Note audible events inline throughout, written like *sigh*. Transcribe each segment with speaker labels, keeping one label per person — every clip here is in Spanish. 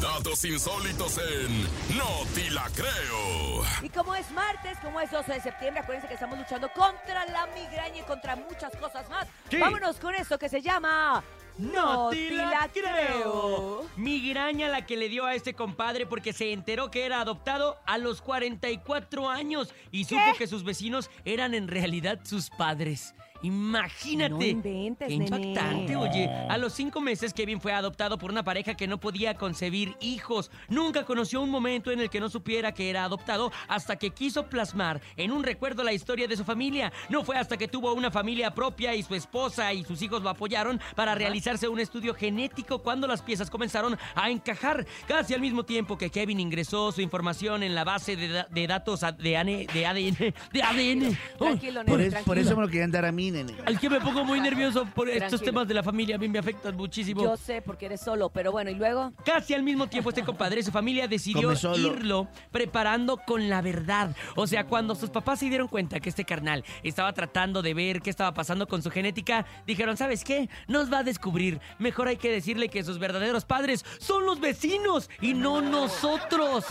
Speaker 1: Datos insólitos en No Te La Creo.
Speaker 2: Y como es martes, como es 12 de septiembre, acuérdense que estamos luchando contra la migraña y contra muchas cosas más.
Speaker 3: Sí.
Speaker 2: Vámonos con esto que se llama...
Speaker 3: No te
Speaker 2: te
Speaker 3: la creo. Migraña la que le dio a este compadre porque se enteró que era adoptado a los 44 años y supo que sus vecinos eran en realidad sus padres.
Speaker 2: No
Speaker 3: Imagínate.
Speaker 2: inventes,
Speaker 3: Qué
Speaker 2: nene.
Speaker 3: impactante, oye. A los cinco meses, Kevin fue adoptado por una pareja que no podía concebir hijos. Nunca conoció un momento en el que no supiera que era adoptado hasta que quiso plasmar en un recuerdo la historia de su familia. No fue hasta que tuvo una familia propia y su esposa y sus hijos lo apoyaron para realizarse un estudio genético cuando las piezas comenzaron a encajar. Casi al mismo tiempo que Kevin ingresó su información en la base de, da- de datos a- de, ANE- de ADN. De ADN. Ay,
Speaker 2: Tranquilo, nene,
Speaker 4: Por, es- por
Speaker 2: tranquilo.
Speaker 4: eso me lo querían dar a mí, nene.
Speaker 3: al que me pongo muy nervioso por estos
Speaker 2: Tranquilo.
Speaker 3: temas de la familia, a mí me afectan muchísimo.
Speaker 2: Yo sé porque eres solo, pero bueno, y luego...
Speaker 3: Casi al mismo tiempo este compadre y su familia decidió
Speaker 4: Come solo.
Speaker 3: irlo preparando con la verdad. O sea, cuando sus papás se dieron cuenta que este carnal estaba tratando de ver qué estaba pasando con su genética, dijeron, ¿sabes qué? Nos va a descubrir. Mejor hay que decirle que sus verdaderos padres son los vecinos y no nosotros.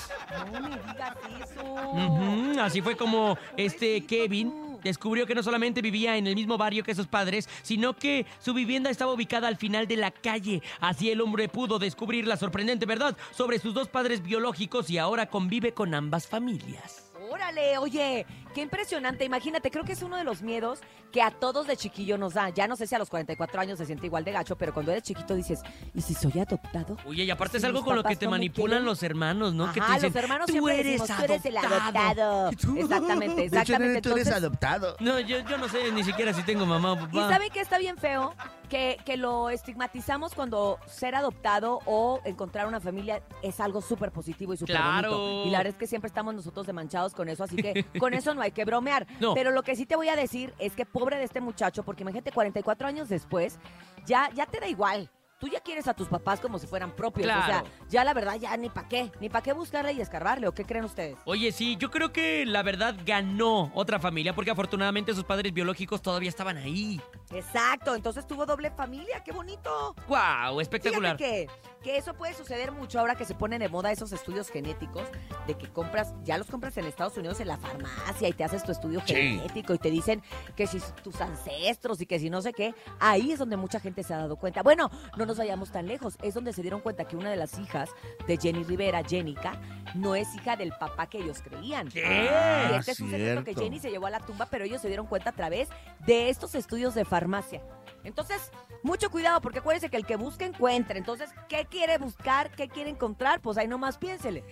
Speaker 2: No me digas eso.
Speaker 3: Ujú, Así fue como este Kevin descubrió que no solamente vivía en el mismo barrio que sus padres, sino que su vivienda estaba ubicada al final de la calle. Así el hombre pudo descubrir la sorprendente verdad sobre sus dos padres biológicos y ahora convive con ambas familias.
Speaker 2: Órale, oye, qué impresionante. Imagínate, creo que es uno de los miedos que a todos de chiquillo nos da. Ya no sé si a los 44 años se siente igual de gacho, pero cuando eres chiquito dices, ¿y si soy adoptado?
Speaker 3: Oye, y aparte
Speaker 2: Sí,
Speaker 3: es algo
Speaker 2: mis
Speaker 3: con lo que
Speaker 2: papás
Speaker 3: te
Speaker 2: no me
Speaker 3: manipulan
Speaker 2: quieren.
Speaker 3: los hermanos, ¿no? que te
Speaker 2: Ajá,
Speaker 3: dicen,
Speaker 2: los hermanos
Speaker 3: "Tú
Speaker 2: siempre
Speaker 3: eres
Speaker 2: decimos, tú eres el adoptado.
Speaker 4: Tú-
Speaker 2: Exactamente,
Speaker 4: De hecho,
Speaker 2: exactamente.
Speaker 4: nene, tú eres
Speaker 2: Entonces,
Speaker 4: adoptado.
Speaker 3: No, yo, yo no sé ni siquiera si tengo mamá o
Speaker 2: ¿Y
Speaker 3: papá.
Speaker 2: saben que está bien feo? Que, que lo estigmatizamos cuando ser adoptado o encontrar una familia es algo súper positivo y súper
Speaker 3: Claro.
Speaker 2: bonito. Y la verdad es que siempre estamos nosotros demanchados con eso, así que
Speaker 3: *laughs*
Speaker 2: con eso no hay que bromear.
Speaker 3: No.
Speaker 2: Pero lo que sí te voy a decir es que pobre de este muchacho, porque imagínate, 44 años después, ya, ya te da igual. Tú ya quieres a tus papás como si fueran propios. O sea,
Speaker 3: Claro.
Speaker 2: ya la verdad, ya ni para qué. Ni para qué buscarle y escarbarle. ¿O qué creen ustedes?
Speaker 3: Oye, sí, yo creo que la verdad ganó otra familia porque afortunadamente sus padres biológicos todavía estaban ahí.
Speaker 2: Exacto, entonces tuvo doble familia. ¡Qué bonito!
Speaker 3: ¡Wow! Espectacular.
Speaker 2: Fíjate que, que eso puede suceder mucho ahora que se ponen de moda esos estudios genéticos de que compras, ya los compras en Estados Unidos en la farmacia y te haces tu estudio genético y te dicen que si tus ancestros y que si no sé qué, ahí es donde mucha gente se ha dado cuenta. Bueno, no nos vayamos tan lejos, es donde se dieron cuenta que una de las hijas de Jenny Rivera, Jenica, no es hija del papá que ellos creían.
Speaker 3: ¿Qué?
Speaker 2: Y este es un secreto que
Speaker 4: cierto.
Speaker 2: Jenny se llevó a la tumba, pero ellos se dieron cuenta a través de estos estudios de farmacia. Entonces, mucho cuidado, porque acuérdense que el que busca encuentra. Entonces, ¿qué quiere buscar? ¿Qué quiere encontrar? Pues ahí nomás piénsele.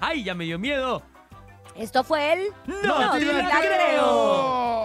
Speaker 3: ¡Ay, ya me dio miedo!
Speaker 2: Esto fue el...
Speaker 3: ¡No te la
Speaker 2: creo!